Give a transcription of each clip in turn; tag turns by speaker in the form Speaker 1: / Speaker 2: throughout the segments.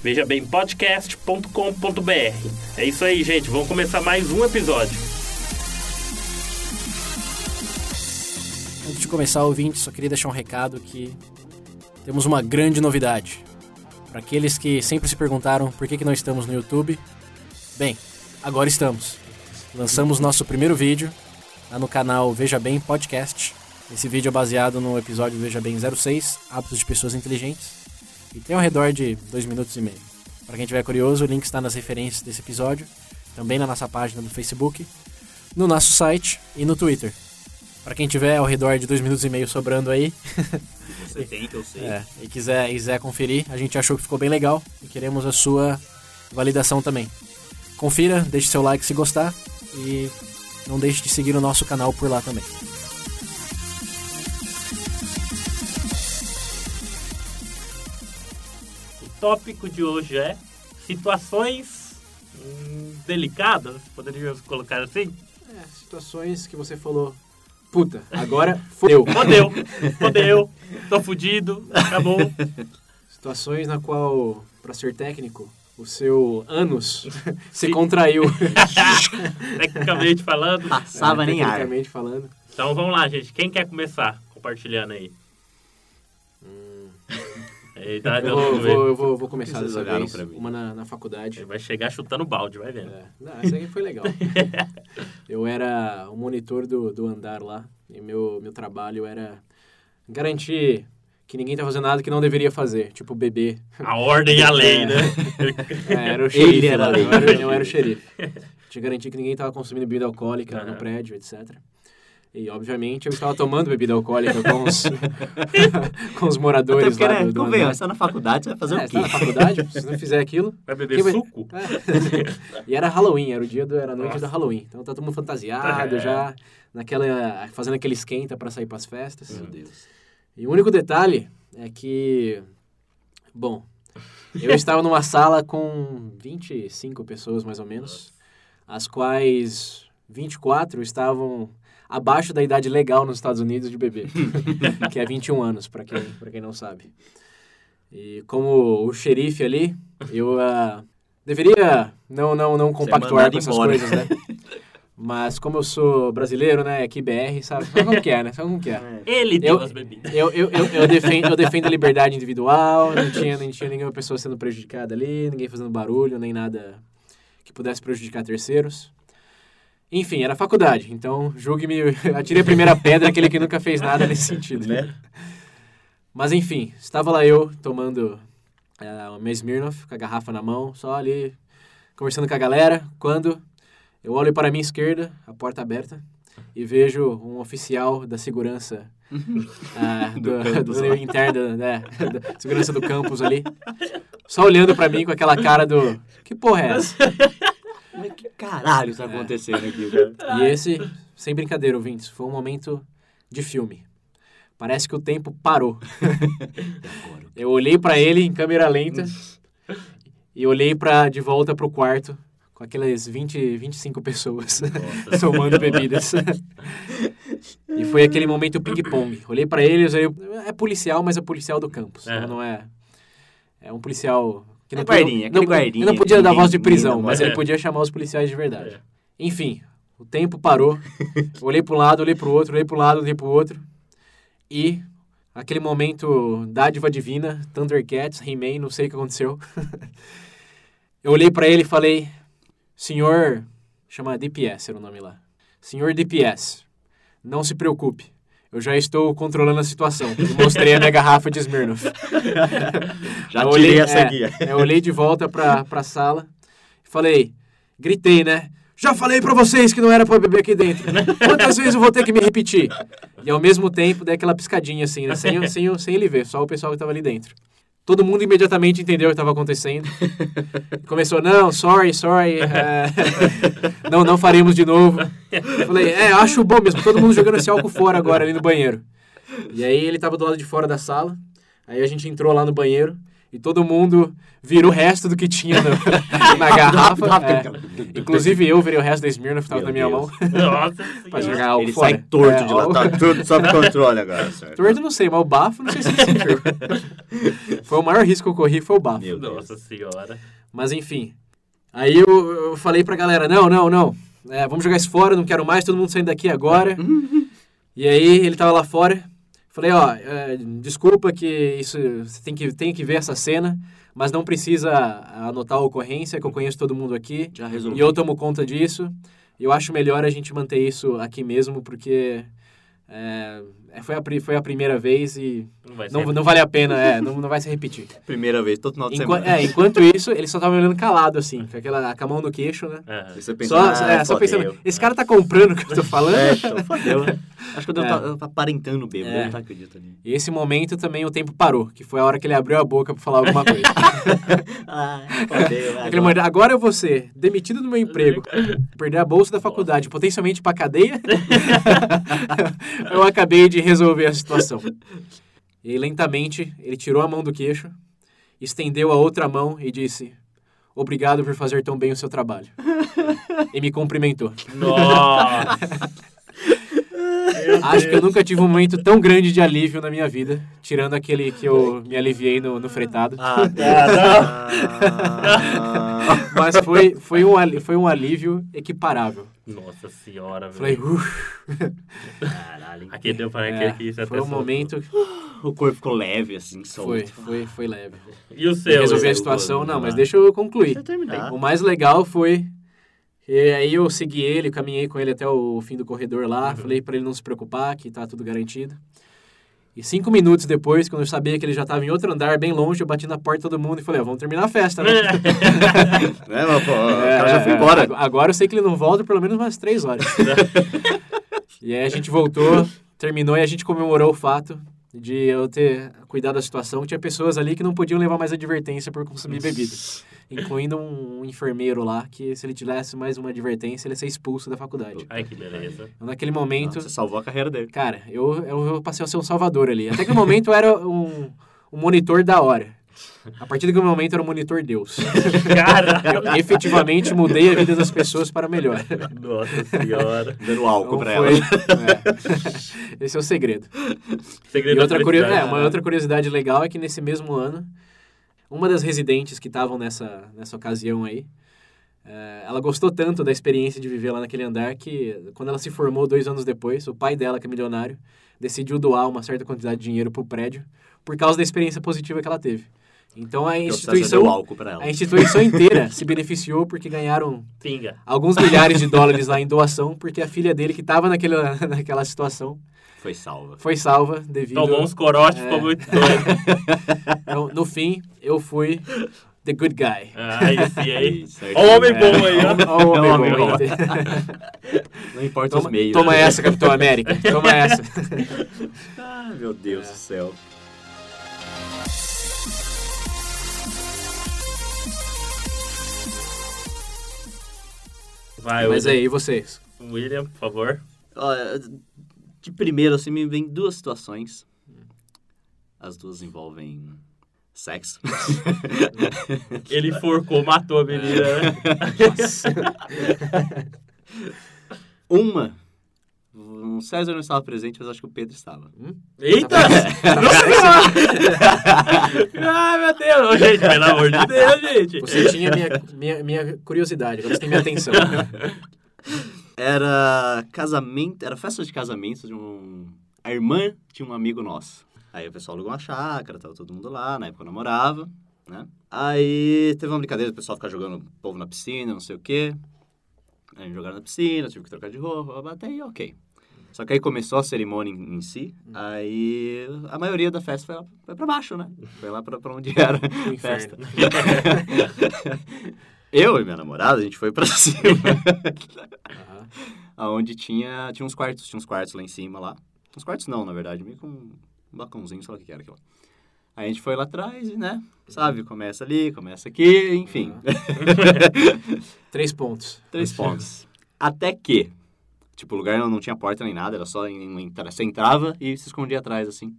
Speaker 1: vejabempodcast.com.br. É isso aí, gente, vamos começar mais um episódio.
Speaker 2: Antes de começar, ouvinte, só queria deixar um recado que temos uma grande novidade. Para aqueles que sempre se perguntaram por que, que não estamos no YouTube, bem, agora estamos. Lançamos nosso primeiro vídeo lá no canal Veja Bem Podcast. Esse vídeo é baseado no episódio Veja Bem 06, Hábitos de Pessoas Inteligentes, e tem ao redor de 2 minutos e meio. Para quem tiver curioso, o link está nas referências desse episódio, também na nossa página do Facebook, no nosso site e no Twitter. Pra quem tiver ao redor de dois minutos e meio sobrando aí.
Speaker 3: Você tem, que eu sei.
Speaker 2: é, e quiser, e quiser conferir, a gente achou que ficou bem legal e queremos a sua validação também. Confira, deixe seu like se gostar e não deixe de seguir o nosso canal por lá também.
Speaker 1: O tópico de hoje é situações hum, delicadas, poderíamos colocar assim?
Speaker 4: É, situações que você falou, puta, agora fodeu.
Speaker 1: Fodeu, fodeu, tô fudido, acabou.
Speaker 4: Situações na qual, pra ser técnico, o seu ânus se contraiu.
Speaker 1: Tecnicamente falando.
Speaker 3: Passava nem ar.
Speaker 4: Tecnicamente falando.
Speaker 1: Então vamos lá, gente. Quem quer começar compartilhando aí? Eita,
Speaker 4: Hum. Eu
Speaker 1: deu
Speaker 4: vou,
Speaker 2: um
Speaker 1: tudo
Speaker 4: vou,
Speaker 1: bem.
Speaker 4: eu vou, vou começar
Speaker 3: Vocês
Speaker 4: dessa
Speaker 3: olharam
Speaker 4: vez.
Speaker 3: pra mim.
Speaker 4: Uma na, na faculdade.
Speaker 1: Ele vai chegar chutando balde, vai vendo.
Speaker 4: É. Não, essa aqui foi legal. eu era o monitor do, do andar lá. E meu, meu trabalho era garantir que ninguém tá fazendo nada que não deveria fazer. Tipo, beber.
Speaker 1: A ordem e a lei,
Speaker 4: É.
Speaker 1: né?
Speaker 4: É, era o xerife.
Speaker 3: era
Speaker 4: lá,
Speaker 3: lei.
Speaker 4: eu, era, eu era o xerife. Tinha que garantir que ninguém estava consumindo bebida alcoólica
Speaker 1: Aham.
Speaker 4: no prédio, etc. E, obviamente, eu estava tomando bebida alcoólica com os, com os
Speaker 3: Até
Speaker 4: moradores
Speaker 3: porque,
Speaker 4: lá
Speaker 3: né,
Speaker 4: do, do
Speaker 3: convenhamos,
Speaker 4: andar.
Speaker 3: você tá na faculdade, você vai fazer o
Speaker 4: É, você tá na
Speaker 3: quê?
Speaker 4: faculdade, se não fizer aquilo...
Speaker 1: Vai beber
Speaker 4: Quem vai-
Speaker 1: suco?
Speaker 4: É. e era Halloween, era o dia do, era a noite
Speaker 1: Nossa.
Speaker 4: do Halloween. Então tá todo mundo fantasiado
Speaker 1: É.
Speaker 4: já, naquela, fazendo aquele esquenta para sair pras festas.
Speaker 1: Uhum.
Speaker 3: Meu Deus.
Speaker 4: E o único detalhe é que, bom, eu estava numa sala com 25 pessoas mais ou menos, as quais 24 estavam abaixo da idade legal nos Estados Unidos de bebê, que é 21 anos, para quem, pra quem não sabe. E como o xerife ali, eu ah, deveria não, não, não compactuar
Speaker 3: mandado
Speaker 4: com essas
Speaker 3: embora.
Speaker 4: coisas, né? Mas como eu sou brasileiro, né, aqui BR, sabe, sabe como que é, né? Sabe como que é.
Speaker 1: Ele deu
Speaker 4: Eu-
Speaker 1: as bebidas.
Speaker 4: Eu, eu, eu, eu, defendo, eu defendo a liberdade individual, não tinha, não tinha nenhuma pessoa sendo prejudicada ali, ninguém fazendo barulho, nem nada que pudesse prejudicar terceiros. Enfim, era faculdade, então julgue-me, atire a primeira pedra, aquele que nunca fez nada nesse sentido.
Speaker 3: Né?
Speaker 4: Mas enfim, estava lá eu tomando eh, uma Smirnoff, com a garrafa na mão, só ali conversando com a galera, quando eu olho para a minha esquerda, a porta aberta, e vejo um oficial da segurança ah, do,
Speaker 3: Do campus
Speaker 4: do-
Speaker 3: lá.
Speaker 4: interno, né, da segurança do campus ali, só olhando para mim com aquela cara do que porra é essa? é
Speaker 3: Mas que caralho tá acontecendo aqui, cara?
Speaker 4: E esse, sem brincadeira, ouvintes, foi um momento de filme. Parece que o tempo parou. Eu olhei pra ele em câmera lenta e olhei para de volta pro quarto com aquelas 20, 25 pessoas somando bebidas. e foi aquele momento ping-pong. Olhei pra eles, aí eu- é policial, mas é policial do campus.
Speaker 1: É.
Speaker 4: Então não é é um policial que
Speaker 3: É
Speaker 4: não
Speaker 3: guardinha,
Speaker 4: não,
Speaker 3: aquele guardinha
Speaker 4: Ele não
Speaker 3: que né?
Speaker 4: podia dar
Speaker 3: ninguém-
Speaker 4: voz de
Speaker 3: ninguém
Speaker 4: prisão,
Speaker 3: namora.
Speaker 4: mas ele
Speaker 1: É.
Speaker 4: podia chamar os policiais de verdade.
Speaker 1: É.
Speaker 4: Enfim, o tempo parou. Eu olhei para um lado, olhei para o outro, olhei para um lado, olhei para o outro. E aquele momento dádiva divina, Thundercats, He-Man, não sei o que aconteceu. eu olhei para ele e falei: "Senhor, chama DPS era o nome lá. Senhor DPS, não se preocupe. Eu já estou controlando a situação. E mostrei a minha garrafa de Smirnoff.
Speaker 3: Já
Speaker 4: Eu
Speaker 3: tirei
Speaker 4: olhei-
Speaker 3: essa
Speaker 4: é,
Speaker 3: aqui. ó.
Speaker 4: Eu olhei de volta pra, pra sala e falei, gritei, né? Já falei pra vocês que não era pra beber aqui dentro. Quantas vezes eu vou ter que me repetir? E ao mesmo tempo, dei aquela piscadinha assim, né? Sem, sem, sem ele ver, só o pessoal que tava ali dentro. Todo mundo imediatamente entendeu o que estava acontecendo. Começou, não, sorry, sorry. é, não, não faremos de novo. Eu Falei, é, acho bom mesmo. Todo mundo jogando esse álcool fora agora ali no banheiro. E aí ele estava do lado de fora da sala. Aí a gente entrou lá no banheiro. E todo mundo virou o resto do que tinha no- na garrafa.
Speaker 5: Tá
Speaker 4: é.
Speaker 5: então.
Speaker 4: Inclusive eu virei o resto da Smirnoff, que
Speaker 3: Meu
Speaker 4: tava na minha
Speaker 3: Deus.
Speaker 4: mão.
Speaker 1: Nossa
Speaker 4: Pra
Speaker 1: senhora.
Speaker 4: jogar álcool
Speaker 5: Ele
Speaker 4: fora.
Speaker 5: sai torto
Speaker 4: É,
Speaker 5: de lá,
Speaker 4: álcool-
Speaker 5: tá tudo sob controle agora, certo?
Speaker 4: Torto eu não sei, mas o bafo não sei se ele sentiu. foi o maior risco que eu corri, foi o bafo.
Speaker 5: Meu Deus.
Speaker 1: Nossa senhora.
Speaker 4: Mas enfim. Aí eu, eu falei pra galera, não, não, não. É, vamos jogar isso fora, não quero mais, todo mundo saindo daqui agora. e aí ele tava lá fora. Falei, ó, é, desculpa que isso. Você tem que, tem que ver essa cena, mas não precisa anotar a ocorrência, que eu conheço todo mundo aqui.
Speaker 3: Já resolvi.
Speaker 4: E eu tomo conta disso. E eu acho melhor a gente manter isso aqui mesmo, porque é, é, foi, a, pri- foi a primeira vez e
Speaker 1: Não vai ser.
Speaker 4: não, não vale a pena, é, não, não vai se repetir.
Speaker 5: Primeira vez, todo final de
Speaker 4: Enqua-
Speaker 5: semana.
Speaker 4: é, enquanto isso, ele só tava me olhando calado, assim, com aquela com a mão no queixo, né?
Speaker 1: Ah,
Speaker 5: Você pensa,
Speaker 4: Só,
Speaker 5: ah,
Speaker 4: é, só
Speaker 5: fodeu.
Speaker 4: pensando, esse cara tá comprando o que eu tô falando?
Speaker 5: É, então, fodeu, né? Acho que eu devo
Speaker 4: É.
Speaker 5: estar aparentando bêbado,
Speaker 4: É.
Speaker 5: eu não tá acreditando nisso.
Speaker 4: E esse momento também o tempo parou, que foi a hora que ele abriu a boca pra falar alguma coisa.
Speaker 5: Ah, fodeu, vai
Speaker 4: Aquele
Speaker 5: agora.
Speaker 4: momento, agora eu vou ser demitido do meu emprego, perder a bolsa da faculdade, potencialmente pra cadeia. eu acabei de resolver a situação. E lentamente, ele tirou a mão do queixo, estendeu a outra mão e disse: Obrigado por fazer tão bem o seu trabalho. e me cumprimentou.
Speaker 1: Nossa.
Speaker 4: Acho que eu nunca tive um momento tão grande de alívio na minha vida, tirando aquele que eu me aliviei no, no fretado.
Speaker 5: Ah, Deus.
Speaker 4: Mas foi, foi, um, ali- foi um alívio equiparável.
Speaker 1: Nossa senhora,
Speaker 4: Falei,
Speaker 1: velho.
Speaker 4: uff,
Speaker 5: Caralho.
Speaker 1: Aqui deu pra
Speaker 4: é,
Speaker 1: aquele que isso até
Speaker 4: foi um
Speaker 1: soltou.
Speaker 4: momento
Speaker 5: O corpo ficou leve, assim, solto.
Speaker 4: foi, foi, foi leve.
Speaker 1: E o
Speaker 4: Eu
Speaker 1: seu?
Speaker 4: resolvi a
Speaker 5: eu-
Speaker 4: situação,
Speaker 5: eu-
Speaker 4: não, mas
Speaker 5: eu-
Speaker 4: deixa eu concluir.
Speaker 5: eu
Speaker 1: Tá.
Speaker 5: terminar.
Speaker 4: O mais legal foi. E aí eu segui ele, caminhei com ele até o fim do corredor
Speaker 1: Uhum.
Speaker 4: lá, falei pra ele não se preocupar, que tá tudo garantido. E cinco minutos depois, quando eu sabia que ele já tava em outro andar, bem longe, eu bati na porta de todo mundo e falei, ó, vamos terminar a festa,
Speaker 1: É.
Speaker 4: né?
Speaker 5: Né, mas, pô, o
Speaker 4: É,
Speaker 5: cara já foi
Speaker 4: é,
Speaker 5: embora.
Speaker 4: ag- Agora eu sei que ele não volta pelo menos umas três horas. e aí a gente voltou, terminou e a gente comemorou o fato de eu ter cuidado da situação. Tinha pessoas ali que não podiam levar mais advertência por consumir bebida. Incluindo um enfermeiro lá, que se ele tivesse mais uma advertência, ele ia ser expulso da faculdade.
Speaker 1: Ai, que beleza.
Speaker 4: Então, naquele momento,
Speaker 5: Você salvou a carreira dele.
Speaker 4: cara, eu, eu, eu passei a ser um salvador ali. Até que o momento eu era um, um monitor da hora. A partir daquele momento eu era um monitor Deus.
Speaker 1: Caralho.
Speaker 4: Eu efetivamente mudei a vida das pessoas para melhor.
Speaker 1: Nossa senhora.
Speaker 5: Dando álcool
Speaker 4: Então
Speaker 5: pra
Speaker 4: foi-
Speaker 5: ela.
Speaker 4: é. Esse é o segredo.
Speaker 1: Segredo
Speaker 4: E
Speaker 1: da
Speaker 4: outra, curio- é,
Speaker 1: felicidade.
Speaker 4: uma outra curiosidade legal é que nesse mesmo ano, uma das residentes que estavam nessa, nessa ocasião aí, eh, ela gostou tanto da experiência de viver lá naquele andar que, quando ela se formou dois anos depois, o pai dela, que é milionário, decidiu doar uma certa quantidade de dinheiro pro prédio por causa da experiência positiva que ela teve. Então a
Speaker 5: Porque o César deu
Speaker 4: instituição,
Speaker 5: álcool pra ela.
Speaker 4: a instituição inteira se beneficiou porque ganharam
Speaker 1: Pinga.
Speaker 4: alguns milhares de dólares lá em doação, porque a filha dele, que estava naquela, naquela situação,
Speaker 5: Foi salva.
Speaker 4: foi salva devido.
Speaker 1: Tomou uns
Speaker 4: É.
Speaker 1: corotes, ficou muito doido.
Speaker 4: Então, no fim, eu fui the good guy.
Speaker 1: Ah, esse aí.
Speaker 5: certo.
Speaker 1: Ó o homem
Speaker 5: É.
Speaker 1: bom aí, ó.
Speaker 4: Ó, o
Speaker 5: É um
Speaker 4: homem bom,
Speaker 5: homem
Speaker 4: hein?
Speaker 5: Não importa
Speaker 4: toma,
Speaker 5: os meios.
Speaker 4: toma essa, Capitão América. Toma essa.
Speaker 5: Ah, meu Deus do céu. É,
Speaker 1: Vai,
Speaker 4: Mas
Speaker 1: William.
Speaker 4: aí, e vocês?
Speaker 1: William, por favor.
Speaker 5: Olha, de primeiro, assim, me vem duas situações. As duas envolvem sexo.
Speaker 1: Ele forcou, matou a menina, né?
Speaker 4: Nossa.
Speaker 5: Uma, o César não estava presente, mas acho que o Pedro estava.
Speaker 4: É.
Speaker 1: Eita!
Speaker 4: Tá
Speaker 1: Nossa senhora! ah, meu Deus! Ô, Gente, pelo amor de Deus, gente!
Speaker 4: Você tinha minha, minha, minha curiosidade, agora você tem minha atenção.
Speaker 5: Era casamento, era festa de casamento de um... A irmã de um amigo nosso. Aí o pessoal alugou uma chácara, tava todo mundo lá, na época eu namorava, né? Aí teve uma brincadeira do pessoal ficar jogando o povo na piscina, não sei o quê. Aí me jogaram na piscina, tive que trocar de roupa, blá, blá, até aí ok. Só que aí começou a cerimônia em, em si, aí a maioria da festa foi lá foi pra baixo, né? Foi lá pra, pra onde era
Speaker 4: O
Speaker 5: a
Speaker 4: inferno.
Speaker 5: festa. Eu e minha namorada, a gente foi pra cima.
Speaker 4: Aham.
Speaker 5: Aonde tinha, tinha uns quartos, tinha uns quartos lá em cima lá. Uns quartos não, na verdade, meio com um balcãozinho, sei lá o que que era aquilo. A gente foi lá atrás e, né? Sabe, começa ali, começa aqui, enfim.
Speaker 4: Três pontos.
Speaker 5: Três pontos. Até que, tipo, o lugar não tinha porta nem nada, era só em- em- você entrava e se escondia atrás, assim.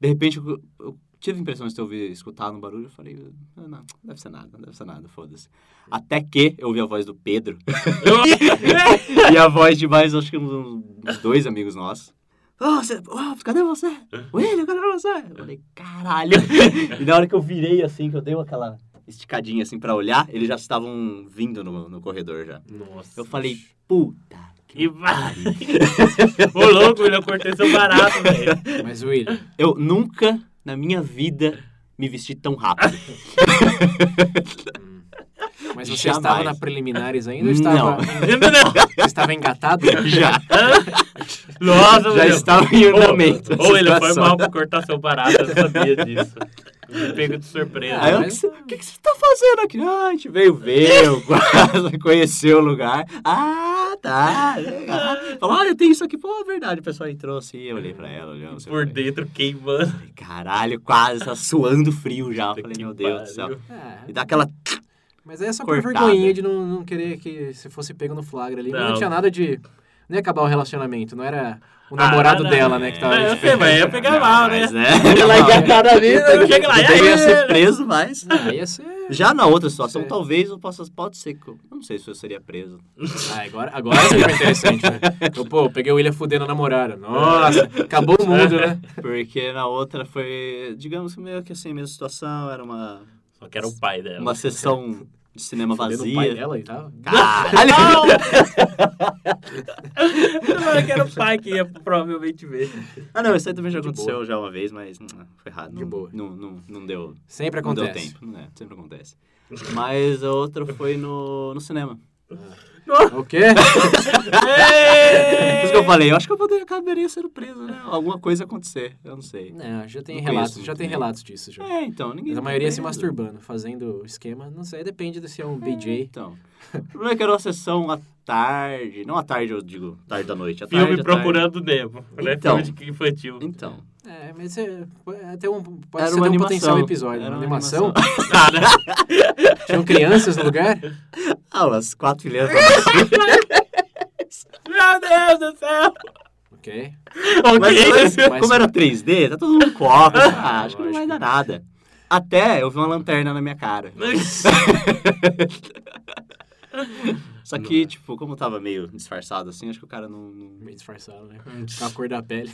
Speaker 5: De repente, eu, eu tive a impressão de ter ouvido, escutado um barulho, eu falei, "Ah, não, deve ser nada, deve ser nada, foda-se. Até que eu ouvi a voz do Pedro e a voz de mais, acho que uns, uns dois amigos nossos. Oh, você, oh, cadê você? William, cadê você? Eu falei, caralho. E na hora que eu virei assim, que eu dei aquela esticadinha assim pra olhar, eles já estavam vindo no, no corredor já.
Speaker 4: Nossa.
Speaker 5: Eu falei, puta.
Speaker 1: E vai. Ô, louco, ele aconteceu barato, velho.
Speaker 4: Mas, William,
Speaker 5: Eu nunca na minha vida me vesti tão rápido.
Speaker 4: mas você
Speaker 5: Jamais.
Speaker 4: estava na preliminares ainda ou estava, você estava engatado?
Speaker 5: Já.
Speaker 1: Nossa,
Speaker 5: já
Speaker 1: velho.
Speaker 5: estava em
Speaker 1: Ô,
Speaker 5: andamento.
Speaker 1: Ô, ele foi
Speaker 5: Situação.
Speaker 1: mal pra cortar seu barato, eu sabia disso. Me pego de surpresa.
Speaker 5: Aí eu, o que você- o que que você tá fazendo aqui? Ah, a gente veio ver, eu quase conheceu o lugar. Ah, tá. legal. Falou, olha, tem isso aqui. Pô, é verdade, o pessoal entrou assim, eu olhei pra ela, olhamos.
Speaker 1: Por dentro queimando.
Speaker 5: Caralho, quase, tá suando frio já. Eu falei,
Speaker 1: Que
Speaker 5: meu Deus do
Speaker 1: pariu.
Speaker 5: céu.
Speaker 4: Ah,
Speaker 5: E dá aquela
Speaker 4: mas é só por
Speaker 5: Cortada.
Speaker 4: vergonhinha de não, não querer que você fosse pego no flagra ali. Mas Não,
Speaker 1: Não.
Speaker 4: tinha nada de... Não ia acabar o relacionamento, não era o
Speaker 1: Ah,
Speaker 4: namorado
Speaker 1: não,
Speaker 4: dela, né, que tava...
Speaker 1: Não, eu sei, É, mas ia pegar mal, né?
Speaker 5: Mas, né?
Speaker 1: Ele lá e a cara dele, chega lá, e
Speaker 5: Eu ia ser
Speaker 1: aí?
Speaker 5: preso, mas...
Speaker 4: Ah, ia ser...
Speaker 5: Já na outra situação,
Speaker 1: É.
Speaker 4: Sei.
Speaker 5: talvez eu possa. Pode ser que eu. eu Não sei se eu seria preso.
Speaker 4: Ah, agora, agora ficou interessante, né? Eu, pô, peguei o William fudendo a namorada. Nossa, acabou o mundo, né?
Speaker 5: Porque na outra foi. Digamos que meio que assim, a mesma situação. Era uma,
Speaker 1: Só que era um o pai dela.
Speaker 5: uma sessão de cinema
Speaker 4: Fudendo o pai
Speaker 5: vazia.
Speaker 4: dela e tal.
Speaker 5: Caralho!
Speaker 1: Não! Não, que era o pai que ia provavelmente ver.
Speaker 5: Ah, não, isso aí também já
Speaker 4: De
Speaker 5: aconteceu
Speaker 4: boa.
Speaker 5: já uma vez, mas hum, foi errado.
Speaker 4: De
Speaker 5: não,
Speaker 4: boa.
Speaker 5: Não, não, não deu.
Speaker 4: Sempre
Speaker 5: Não deu
Speaker 4: acontece.
Speaker 5: tempo, né? Sempre acontece. Mas a outra foi no, no cinema.
Speaker 4: O quê?
Speaker 5: Por isso
Speaker 4: É.
Speaker 5: que eu falei, eu acho que eu poderia, acabaria sendo preso, né? Alguma coisa acontecer, eu não sei.
Speaker 4: Não, já tem
Speaker 5: Não
Speaker 4: relatos,
Speaker 5: conheço
Speaker 4: já
Speaker 5: muito né?
Speaker 4: tem
Speaker 5: bem.
Speaker 4: relatos disso já.
Speaker 5: É, então, ninguém.
Speaker 4: Mas a maioria se
Speaker 5: preso.
Speaker 4: masturbando, fazendo o esquema, não sei, depende de se é um BJ.
Speaker 5: Então. O problema é que era uma sessão à tarde. Não à tarde, eu digo, tarde da noite. À tarde,
Speaker 1: Filme
Speaker 5: à tarde.
Speaker 1: Procurando Nemo. Né?
Speaker 5: Então.
Speaker 1: Filme de infantil.
Speaker 5: Então.
Speaker 4: É, mas é, até um, pode
Speaker 5: Era
Speaker 4: ser até um
Speaker 5: uma animação.
Speaker 4: potencial episódio.
Speaker 5: Era
Speaker 4: Uma
Speaker 5: uma
Speaker 4: animação?
Speaker 1: Ah, né?
Speaker 4: Tinham crianças no lugar?
Speaker 5: Ah, as quatro filhas.
Speaker 1: Meu Deus do céu!
Speaker 4: Ok.
Speaker 5: mas, mas,
Speaker 1: Ok.
Speaker 4: Mas-
Speaker 5: como era 3D, tá todo mundo com óculos. Ah, acho que não vai
Speaker 4: Lógico.
Speaker 5: dar nada. Até eu vi uma lanterna na minha cara. Só que, tipo, como eu tava meio disfarçado assim, acho que o cara não. não-
Speaker 4: Meio disfarçado, né? Com a cor da pele.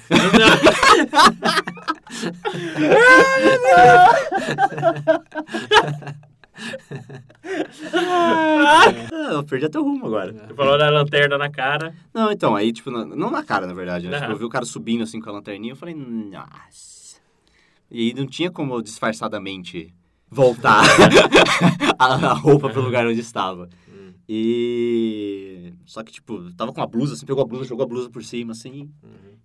Speaker 5: Ah, eu perdi até o rumo agora.
Speaker 4: Uhum.
Speaker 1: Você falou da lanterna na cara.
Speaker 5: Não, então, aí, tipo, na- não na cara, na verdade, né?
Speaker 1: Aham.
Speaker 5: Tipo, eu vi o cara subindo, assim, com a lanterninha, eu falei, nossa. E aí não tinha como eu disfarçadamente voltar a, a roupa pro lugar onde estava. E... Só que, tipo, eu tava com uma blusa, assim, pegou a blusa, jogou a blusa por cima, assim,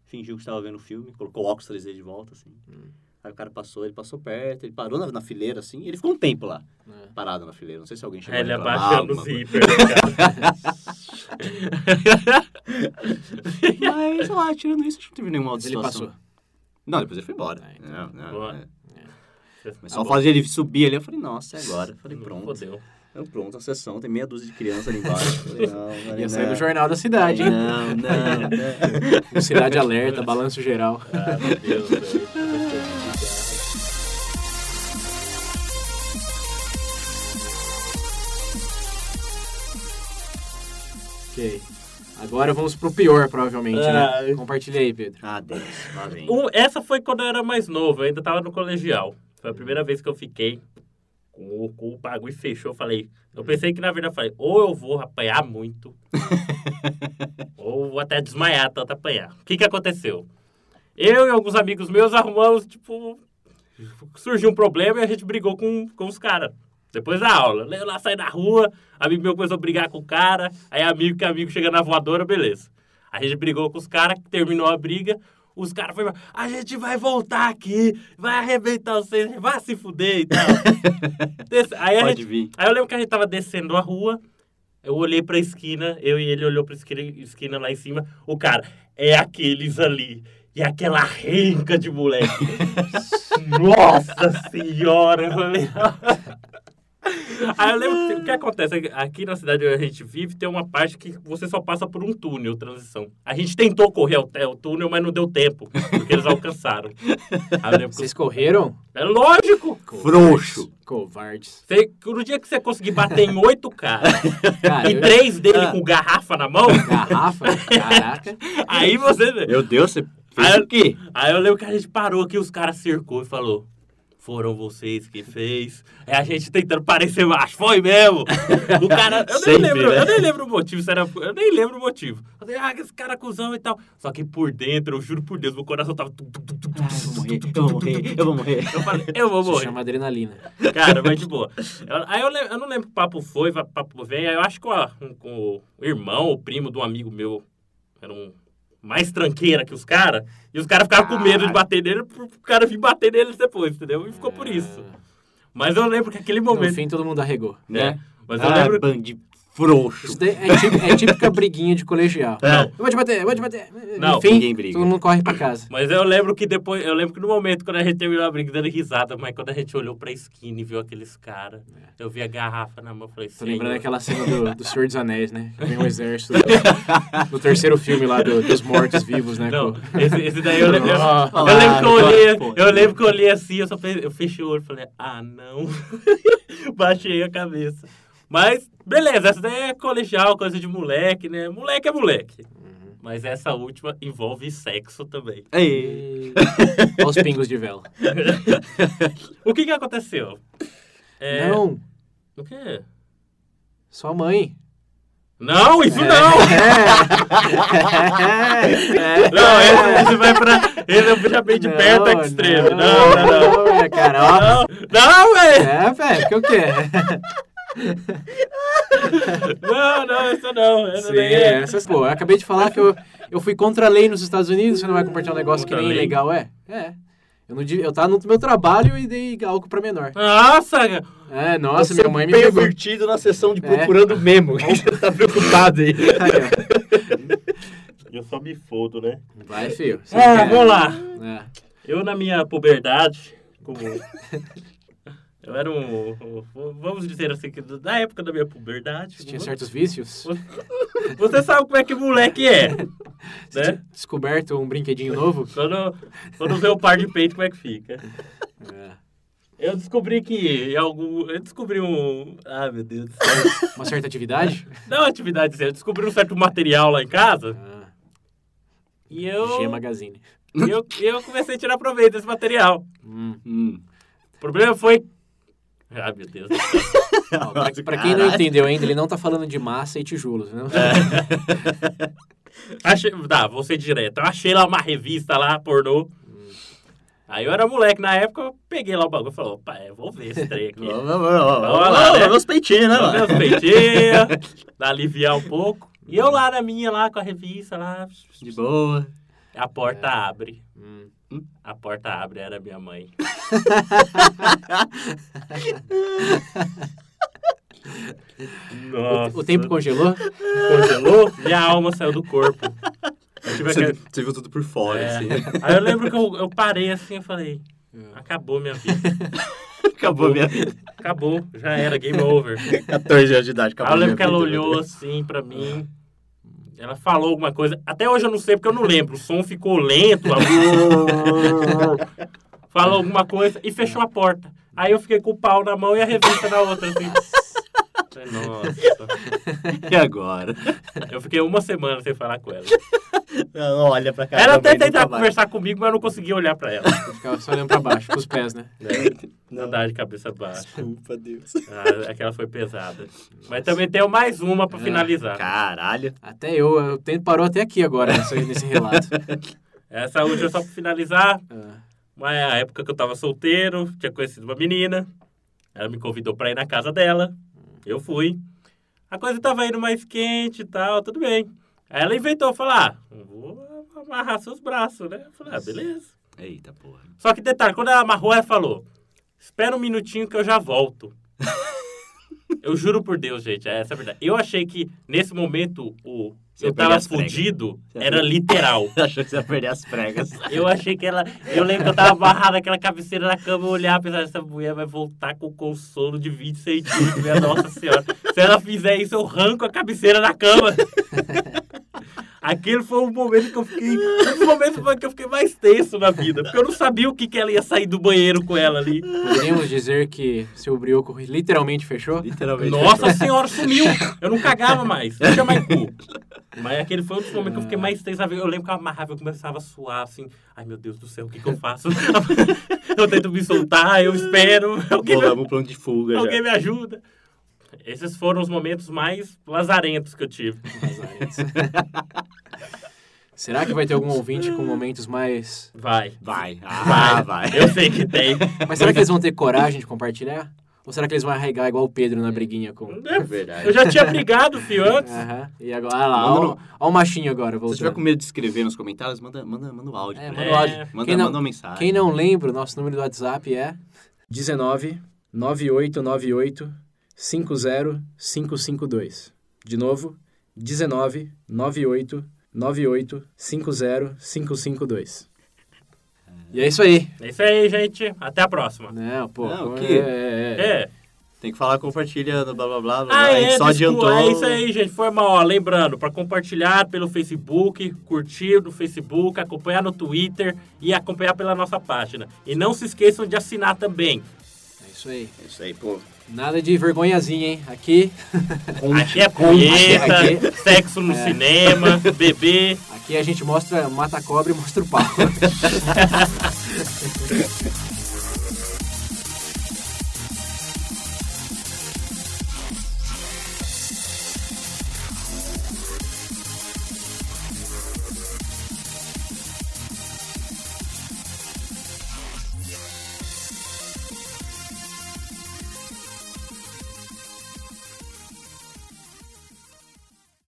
Speaker 5: fingiu que estava vendo o filme, colocou o óculos 3D de volta, assim.
Speaker 4: Hum.
Speaker 5: Aí o cara passou, ele passou perto, ele parou na, na fileira, assim, e ele ficou um tempo lá,
Speaker 4: Ah.
Speaker 5: parado na fileira. Não sei se alguém chegou
Speaker 1: Aí É, ele
Speaker 5: a reclamar,
Speaker 1: abaixando o
Speaker 5: alguma coisa.
Speaker 1: zíper. né, cara?
Speaker 5: Mas, sei lá, tirando isso, acho que não teve nenhuma outra
Speaker 4: Mas ele
Speaker 5: situação.
Speaker 4: passou.
Speaker 5: Não, depois ele foi embora.
Speaker 4: Ah, então.
Speaker 5: não, não,
Speaker 1: Boa.
Speaker 5: é. Mas
Speaker 4: Tá
Speaker 5: só o
Speaker 4: bom.
Speaker 5: fato de ele subir ali, eu falei, nossa, é agora. Eu falei, pronto.
Speaker 1: Tá Fodeu.
Speaker 5: Eu, pronto, a sessão, tem meia dúzia de crianças ali embaixo. Eu falei, não, não,
Speaker 4: Ia
Speaker 5: não.
Speaker 4: sair do jornal da cidade, hein?
Speaker 5: Não, não, não.
Speaker 4: Um Cidade Alerta, Balanço Geral.
Speaker 1: Ah, meu Deus, velho.
Speaker 4: Ok. Agora vamos pro pior, provavelmente, né?
Speaker 1: Ah.
Speaker 4: Compartilha aí, Pedro.
Speaker 5: Ah, Deus, lá vem.
Speaker 1: Um- essa foi quando eu era mais novo, eu ainda tava no colegial. Foi a primeira vez que eu fiquei com o, com o bagulho fechou. eu Falei, eu pensei que na verdade eu falei, ou eu vou apanhar muito, ou vou até desmaiar tanto apanhar. O que que aconteceu? Eu e alguns amigos meus arrumamos, tipo, surgiu um problema e a gente brigou com, com os caras. Depois da aula, né? eu lá saí na rua, amigo meu começou a brigar com o cara, aí amigo que é amigo chega na voadora, beleza. A gente brigou com os caras, terminou a briga, os caras foram, a gente vai voltar aqui, vai arrebentar vocês, vai se fuder e tal. Desse- aí, a
Speaker 5: Pode
Speaker 1: gente,
Speaker 5: vir.
Speaker 1: aí eu lembro que a gente tava descendo a rua, eu olhei pra esquina, eu e ele olhou pra esquina, esquina lá em cima, o cara, é aqueles ali. E aquela renca de moleque. Nossa senhora! Eu falei, Aí eu lembro que, o que acontece. Aqui na cidade onde a gente vive, tem uma parte que você só passa por um túnel, transição. A gente tentou correr até o túnel, mas não deu tempo, porque eles alcançaram. Aí eu lembro que...
Speaker 4: Vocês correram?
Speaker 1: É lógico!
Speaker 5: Frouxo.
Speaker 4: Covardes.
Speaker 1: Você, no dia que você conseguir bater em oito caras
Speaker 4: Cara,
Speaker 1: e
Speaker 4: eu-
Speaker 1: três dele
Speaker 5: Ah.
Speaker 1: com garrafa na mão,
Speaker 4: Garrafa? Caraca.
Speaker 1: aí você.
Speaker 5: Meu Deus, você fez
Speaker 1: Ah, eu-
Speaker 5: o quê?
Speaker 1: Aí eu lembro que a gente parou aqui, os caras cercou e falou. Foram vocês que fez. É a gente tentando parecer macho. Foi mesmo. O cara. Eu nem
Speaker 5: Sempre,
Speaker 1: lembro,
Speaker 5: né?
Speaker 1: eu nem lembro o motivo. se era- eu nem lembro o motivo. Eu falei, ah, esse cara é cuzão e tal. Só que por dentro, eu juro por Deus, meu coração tava. tum, tum, tum, tum, tum,
Speaker 5: Ah, eu vou morrer, eu vou morrer, eu vou morrer.
Speaker 1: Eu falei, eu vou
Speaker 4: Isso
Speaker 1: morrer.
Speaker 4: chama adrenalina.
Speaker 1: Cara, mas de boa. Eu- aí eu, lem- eu não lembro que papo foi, va- papo veio. Aí eu acho que o, o, o irmão, o primo de um amigo meu, era um mais tranqueira que os caras. E os caras ficavam com medo de bater nele, pro pro cara vir bater nele depois, entendeu? E ficou por isso. Mas eu lembro que aquele
Speaker 4: No
Speaker 1: momento.
Speaker 4: fim, todo mundo arregou.
Speaker 1: né? Mas eu
Speaker 5: ah,
Speaker 1: lembro.
Speaker 5: bando de frouxo.
Speaker 4: Isso daí é, típica, é típica briguinha de colegial.
Speaker 5: Não.
Speaker 4: Eu vou te bater, eu vou te bater.
Speaker 1: Não,
Speaker 5: ninguém
Speaker 4: Enfim,
Speaker 5: briga.
Speaker 4: todo mundo corre pra casa.
Speaker 1: Mas eu lembro que depois, eu lembro que no momento quando a gente terminou a briga dando risada, mas quando a gente olhou pra esquina e viu aqueles caras, eu vi a garrafa na mão, eu falei
Speaker 4: Tô lembrando
Speaker 1: "Senhor".
Speaker 4: aquela cena do, do Senhor dos Anéis, né? Que Vem o exército. No terceiro filme lá do- dos mortos-vivos, né?
Speaker 1: Não,
Speaker 4: com-
Speaker 1: esse, esse daí eu lembro. Eu,
Speaker 4: Ah,
Speaker 1: eu lembro que eu
Speaker 5: claro,
Speaker 1: olhei,
Speaker 5: pô.
Speaker 1: eu lembro que eu olhei assim, eu só fe- eu fechei o olho e falei, ah, não. Baixei a cabeça. Mas, beleza, essa daí é colegial, coisa de moleque, né? Moleque é moleque.
Speaker 4: Uhum.
Speaker 1: Mas essa última envolve sexo também.
Speaker 4: E-
Speaker 5: Ei.
Speaker 4: Olha os pingos de vela.
Speaker 1: O que que aconteceu? É,
Speaker 4: Não,
Speaker 1: O quê?
Speaker 4: sua mãe.
Speaker 1: Não,
Speaker 4: É.
Speaker 1: isso não! Não, esse, esse vai pra... Esse eu já bem de
Speaker 4: É. Não,
Speaker 1: perto a extremo. Não, não, não.
Speaker 4: é, cara, ó.
Speaker 1: Não, não, velho!
Speaker 4: É, velho, que o quê?
Speaker 1: Não, não, isso não. Essa
Speaker 4: Sim,
Speaker 1: daí é-
Speaker 4: é, essas, pô, eu acabei de falar que eu, eu fui contra a lei nos Estados Unidos, você não vai compartilhar um negócio que
Speaker 1: Contra a
Speaker 4: nem
Speaker 1: lei.
Speaker 4: legal é? É. Eu, não, di- eu tava no meu trabalho e dei álcool pra menor.
Speaker 1: Nossa, cara.
Speaker 4: É, nossa,
Speaker 5: Você
Speaker 1: Então
Speaker 4: minha mãe me pegou.
Speaker 5: pervertido na sessão de
Speaker 4: É.
Speaker 5: procurando memo. Você tá preocupado aí.
Speaker 4: Aí,
Speaker 1: Eu só me fodo, né?
Speaker 4: ó. Vai, filho. Você
Speaker 1: Ah,
Speaker 4: quer-
Speaker 1: vamos lá.
Speaker 4: É.
Speaker 1: Eu, na minha puberdade, como. eu era um. um- Vamos dizer assim, que da época da minha puberdade.
Speaker 4: Você tinha certos vícios?
Speaker 1: Né? Você sabe como é que moleque é,
Speaker 4: Você
Speaker 1: né?
Speaker 4: tinha descoberto um brinquedinho novo?
Speaker 1: Quando, quando vê o par de peito, como é que fica?
Speaker 4: É.
Speaker 1: Eu descobri que em algum. Eu descobri um. Ah, meu Deus do céu.
Speaker 4: Uma certa atividade?
Speaker 1: Não, atividade assim, eu descobri um certo material lá em casa
Speaker 4: Ah,
Speaker 1: e eu.
Speaker 4: G Magazine.
Speaker 1: E eu, eu comecei a tirar proveito desse material.
Speaker 4: Hum.
Speaker 5: Hum.
Speaker 1: O problema foi. Ah, meu Deus. do céu.
Speaker 4: Ó, pra, pra quem não entendeu ainda, ele não tá falando de massa e tijolos, né?
Speaker 1: É. Achei, tá, vou ser direto. Eu achei lá uma revista lá, pornô. Aí eu era moleque na época, eu peguei lá o bagulho e falei, opa, é, vou ver esse trem aqui.
Speaker 5: Vamos, vamos, vamos,
Speaker 1: Vamos lá, né?
Speaker 5: vamos ver os peitinhos, né?
Speaker 1: Vou ver
Speaker 5: mano?
Speaker 1: os peitinhos, pra aliviar um pouco. E eu lá na minha, lá com a revista, lá,
Speaker 5: De boa.
Speaker 1: a
Speaker 5: É.
Speaker 1: porta abre.
Speaker 4: Hum.
Speaker 1: A porta abre, era minha mãe. Nossa.
Speaker 4: O tempo congelou?
Speaker 1: congelou, minha alma saiu do corpo. Eu tive
Speaker 5: Você,
Speaker 1: aquele-
Speaker 5: você viu tudo por fora,
Speaker 1: É.
Speaker 5: assim.
Speaker 1: Aí eu lembro que eu, eu parei assim e falei, acabou minha vida.
Speaker 5: Acabou minha vida.
Speaker 1: Acabou, já era, game over.
Speaker 5: 14 anos de
Speaker 1: Aí
Speaker 5: idade, acabou
Speaker 1: Ah, eu lembro
Speaker 5: minha
Speaker 1: que ela
Speaker 5: vida, né?
Speaker 1: olhou
Speaker 5: meu Deus.
Speaker 1: assim pra mim. Ela falou alguma coisa. Até hoje eu não sei porque eu não lembro. O som ficou lento. a- falou alguma coisa e fechou a porta. Aí eu fiquei com o pau na mão e a revista na outra. Assim. Falei, Nossa.
Speaker 5: E agora?
Speaker 1: Eu fiquei uma semana sem falar com ela.
Speaker 5: Não, olha pra cá.
Speaker 1: Ela até
Speaker 5: também,
Speaker 1: tentava
Speaker 5: nunca mais.
Speaker 1: conversar comigo, mas eu não conseguia olhar pra ela.
Speaker 4: Eu Ficava só olhando pra baixo, com os pés, né?
Speaker 1: Não dá de cabeça baixa.
Speaker 5: Desculpa, Deus.
Speaker 1: Ah, aquela foi pesada. Mas também tenho mais uma pra finalizar.
Speaker 5: Caralho.
Speaker 4: Até eu, eu tento, parou até aqui agora nessa- nesse relato.
Speaker 1: Essa última é só pra finalizar.
Speaker 4: Ah,
Speaker 1: Mas é a época que eu tava solteiro, tinha conhecido uma menina. Ela me convidou pra ir na casa dela. Eu fui. A coisa tava indo mais quente e tal, tudo bem. Aí ela inventou, falar, ah, vou amarrar seus braços, né? Eu falei, ah, beleza.
Speaker 5: Eita, porra.
Speaker 1: Só que detalhe, quando ela amarrou, ela falou: Espera um minutinho que eu já volto. Eu juro por Deus, gente, essa é a verdade. Eu achei que nesse momento o
Speaker 5: Você
Speaker 1: eu
Speaker 5: perdeu
Speaker 1: tava
Speaker 5: as pregas.
Speaker 1: fudido
Speaker 5: Você
Speaker 1: era
Speaker 5: perdeu.
Speaker 1: literal.
Speaker 5: Achou que você ia perder as pregas.
Speaker 1: Eu achei que ela. Eu lembro que eu tava amarrado naquela cabeceira na cama, eu olhar, pensar, essa mulher vai voltar com o consolo de 20 centímetros, minha nossa senhora. Se ela fizer isso, eu arranco a cabeceira da cama. Aquele foi o momento que eu fiquei. Um dos momentos foi que eu fiquei mais tenso na vida. Porque eu não sabia o que, que ela ia sair do banheiro com ela ali.
Speaker 4: Podemos dizer que seu brioco literalmente fechou?
Speaker 5: Literalmente.
Speaker 1: Nossa senhora, sumiu! Eu não cagava mais. Deixa mais cu. Mas aquele foi um dos momentos que eu fiquei mais tenso. na vida. Eu lembro que eu amarrava, eu começava a suar, assim. Ai, meu Deus do céu, o que, que eu faço? eu tento me soltar, eu espero. Alguém, me,
Speaker 5: Bolava um plano de fuga
Speaker 1: alguém
Speaker 5: já.
Speaker 1: me ajuda. Esses foram os momentos mais lazarentos que eu tive.
Speaker 4: Lazarentos. Será que vai ter algum ouvinte com momentos mais.
Speaker 1: Vai.
Speaker 5: Vai. Ah, vai.
Speaker 1: Eu sei que tem.
Speaker 4: Mas será que eles vão ter coragem de compartilhar? Ou será que eles vão arraigar igual o Pedro na briguinha com.
Speaker 5: É verdade.
Speaker 1: Eu já tinha brigado, filho, antes.
Speaker 4: Aham. E agora. Ah lá,
Speaker 5: Manda
Speaker 4: ó, ó o machinho agora,
Speaker 5: Se você tiver com
Speaker 4: voltando.
Speaker 5: medo de escrever nos comentários, manda, manda, manda um áudio.
Speaker 4: É,
Speaker 5: pra
Speaker 4: manda o
Speaker 5: gente.
Speaker 1: É.
Speaker 4: áudio.
Speaker 5: Manda,
Speaker 4: Quem não-
Speaker 5: manda uma mensagem.
Speaker 4: Quem não lembra, o nosso número do WhatsApp é 19 9898 50552. De novo, 19 98 98 50552. E é isso aí.
Speaker 1: É isso aí, gente. Até a próxima.
Speaker 4: Não, pô.
Speaker 5: Não,
Speaker 4: pô,
Speaker 5: que-
Speaker 4: é, é, é.
Speaker 1: É.
Speaker 5: Tem que falar compartilha no blá blá blá. blá
Speaker 1: Ah,
Speaker 5: blá, a
Speaker 1: é,
Speaker 5: gente só
Speaker 1: desculpa,
Speaker 5: adiantou.
Speaker 1: é isso aí, gente. Foi mal. Ó, Lembrando, para compartilhar pelo Facebook, curtir no Facebook, acompanhar no Twitter e acompanhar pela nossa página. E não se esqueçam de assinar também.
Speaker 4: É isso aí.
Speaker 5: É isso aí, pô.
Speaker 4: Nada de vergonhazinha, hein? Aqui,
Speaker 1: Aqui é
Speaker 4: aqui-
Speaker 1: punheta, sexo no
Speaker 5: É.
Speaker 1: cinema, bebê.
Speaker 4: aqui a gente mostra mata a cobra e mostra o pau.